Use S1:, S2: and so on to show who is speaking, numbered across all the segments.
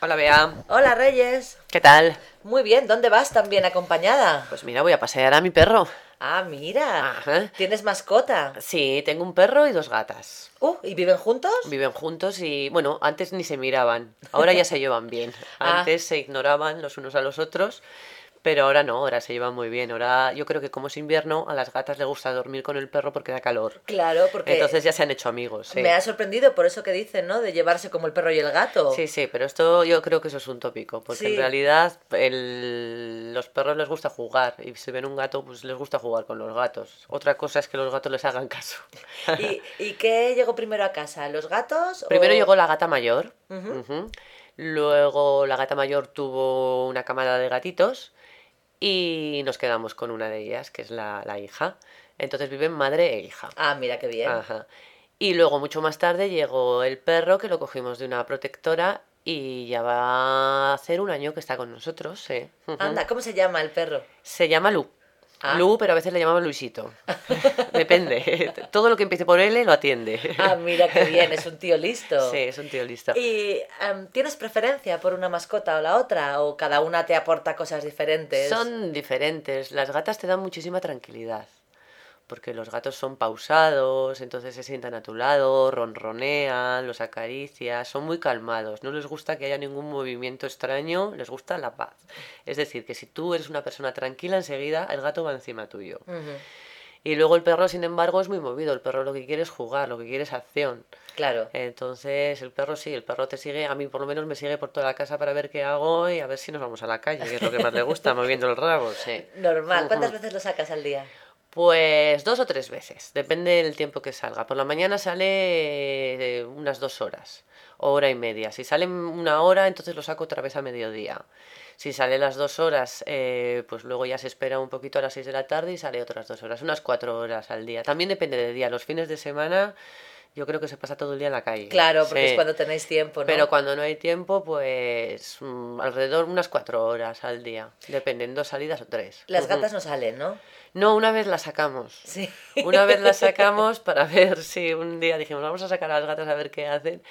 S1: Hola Bea,
S2: Hola Reyes.
S1: ¿qué tal?
S2: Muy bien, ¿dónde vas tan bien acompañada?
S1: Pues mira, voy a pasear a mi perro.
S2: Ah, mira.
S1: Ajá.
S2: Tienes mascota.
S1: Sí, tengo un perro y dos gatas.
S2: Uh, ¿y viven juntos?
S1: Viven juntos y, bueno, antes ni se miraban, ahora ya se llevan bien.
S2: Ah.
S1: Antes se ignoraban los unos a los otros, pero ahora no, ahora se llevan muy bien. Ahora yo creo que como es invierno, a las gatas les gusta dormir con el perro porque da calor.
S2: Claro, porque
S1: Entonces ya se han hecho amigos. sí.
S2: me ha sorprendido por eso que dicen, ¿no? De llevarse como el perro y el gato.
S1: Sí, sí, pero esto yo creo que eso es un tópico, porque
S2: Sí.
S1: en realidad el- los perros les gusta jugar y si ven un gato, pues les gusta jugar con los gatos. Otra cosa es que los gatos les hagan caso.
S2: ¿Y, y qué llegó primero a casa? ¿Los gatos? o-
S1: Primero llegó la gata mayor,
S2: Ujú.
S1: ujú. luego la gata mayor tuvo una camada de gatitos y nos quedamos con una de ellas, que es la, la hija. Entonces viven madre e hija.
S2: Ah, mira qué bien.
S1: Ajá. Y luego, mucho más tarde, llegó el perro que lo cogimos de una protectora y ya va a hacer un año que está con nosotros. sí. Ujú.
S2: Anda, ¿cómo se llama el perro?
S1: Se llama Lu.
S2: Ah.
S1: Lu, pero a veces le llamamos Luisito. Depende. Todo lo que empiece por L lo atiende.
S2: Ah, mira qué bien, es un tío listo.
S1: Sí, es un tío listo.
S2: ¿Y em, tienes preferencia por una mascota o la otra? ¿O cada una te aporta cosas diferentes?
S1: Son diferentes. Las gatas te dan muchísima tranquilidad. Porque los gatos son pausados, entonces se sientan a tu lado, ronronean, los acaricias, son muy calmados. No les gusta que haya ningún movimiento extraño, les gusta la paz. Es decir, que si tú eres una persona tranquila, enseguida el gato va encima tuyo.
S2: Ujú,
S1: Y luego el perro, sin embargo, es muy movido. El perro lo que quiere es jugar, lo que quiere es acción.
S2: Claro.
S1: Entonces, el perro sí, el perro te sigue, a mí por lo menos me sigue por toda la casa para ver qué hago y a ver si nos vamos a la calle, que es lo que más le gusta, moviendo el rabo, sí.
S2: Normal. ¿Cuántas
S1: Ujú.
S2: veces lo sacas al día?
S1: Pues dos o tres veces, depende del tiempo que salga. Por la mañana sale eh, unas dos horas, o hora y media. Si sale una hora, entonces lo saco otra vez a mediodía. Si sale las dos horas, eh, pues luego ya se espera un poquito a las seis de la tarde y sale otras dos horas, unas cuatro horas al día. También depende del día. Los fines de semana yo creo que se pasa todo el día en la calle.
S2: Claro, porque es
S1: Sí.
S2: cuando tenéis tiempo, ¿no?
S1: Pero cuando no hay tiempo, pues mm, alrededor unas cuatro horas al día, dependiendo dos salidas o tres.
S2: Las
S1: Ujú.
S2: gatas no salen, ¿no?
S1: No, una vez las sacamos.
S2: Sí.
S1: Una vez las sacamos para ver si un día dijimos, vamos a sacar a las gatas a ver qué hacen.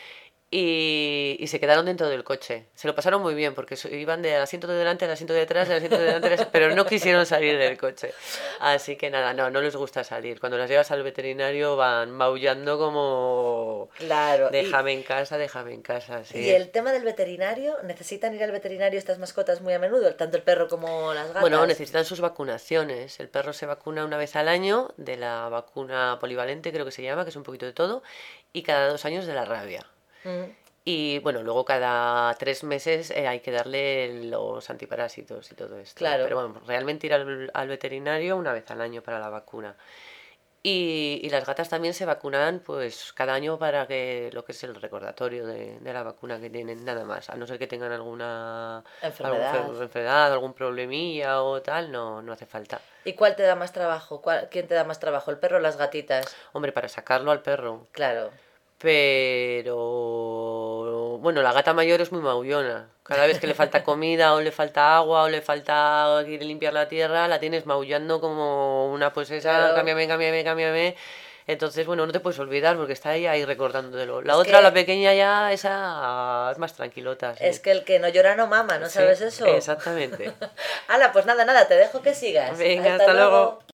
S1: Y, y se quedaron dentro del coche. Se lo pasaron muy bien porque se- iban del asiento de delante al asiento de detrás, del asiento de delante, al asi- pero no quisieron salir del coche. Así que nada, no, no les gusta salir. Cuando las llevas al veterinario van maullando como...
S2: Claro. y-
S1: Déjame en casa, déjame en casa. sí.
S2: Y, el tema del veterinario, ¿necesitan ir al veterinario estas mascotas muy a menudo? Tanto el perro como las gatas.
S1: Bueno, necesitan sus vacunaciones. El perro se vacuna una vez al año de la vacuna polivalente, creo que se llama, que es un poquito de todo, y cada dos años de la rabia.
S2: Mm.
S1: Y bueno, luego cada tres meses eh, hay que darle los antiparásitos y todo esto.
S2: Claro.
S1: Pero bueno, realmente ir al, al veterinario una vez al año para la vacuna. Y, y las gatas también se vacunan pues cada año para que lo que es el recordatorio de, de la vacuna que tienen, nada más. A no ser que tengan alguna
S2: Enfermedad.
S1: algún fe- enfermedad, algún problemilla o tal, no, no hace falta.
S2: ¿Y cuál te da más trabajo? ¿Cuál- ¿Quién te da más trabajo? ¿El perro o las gatitas?
S1: Hombre, para sacarlo al perro.
S2: Claro.
S1: Pero bueno, la gata mayor es muy maullona. Cada vez que le falta comida o le falta agua o le falta ir a limpiar la tierra, la tienes maullando como una posesa,
S2: Claro.
S1: cámbiame, cámbiame, cámbiame. Entonces, bueno, no te puedes olvidar porque está ahí, ahí recordándolo. La
S2: Es
S1: otra,
S2: que-
S1: la pequeña ya, esa es más tranquilota. sí.
S2: Es que el que no llora no mama, ¿no
S1: Sí,
S2: sabes eso?
S1: Exactamente.
S2: Hala, pues nada, nada, te dejo que sigas.
S1: Venga, hasta luego.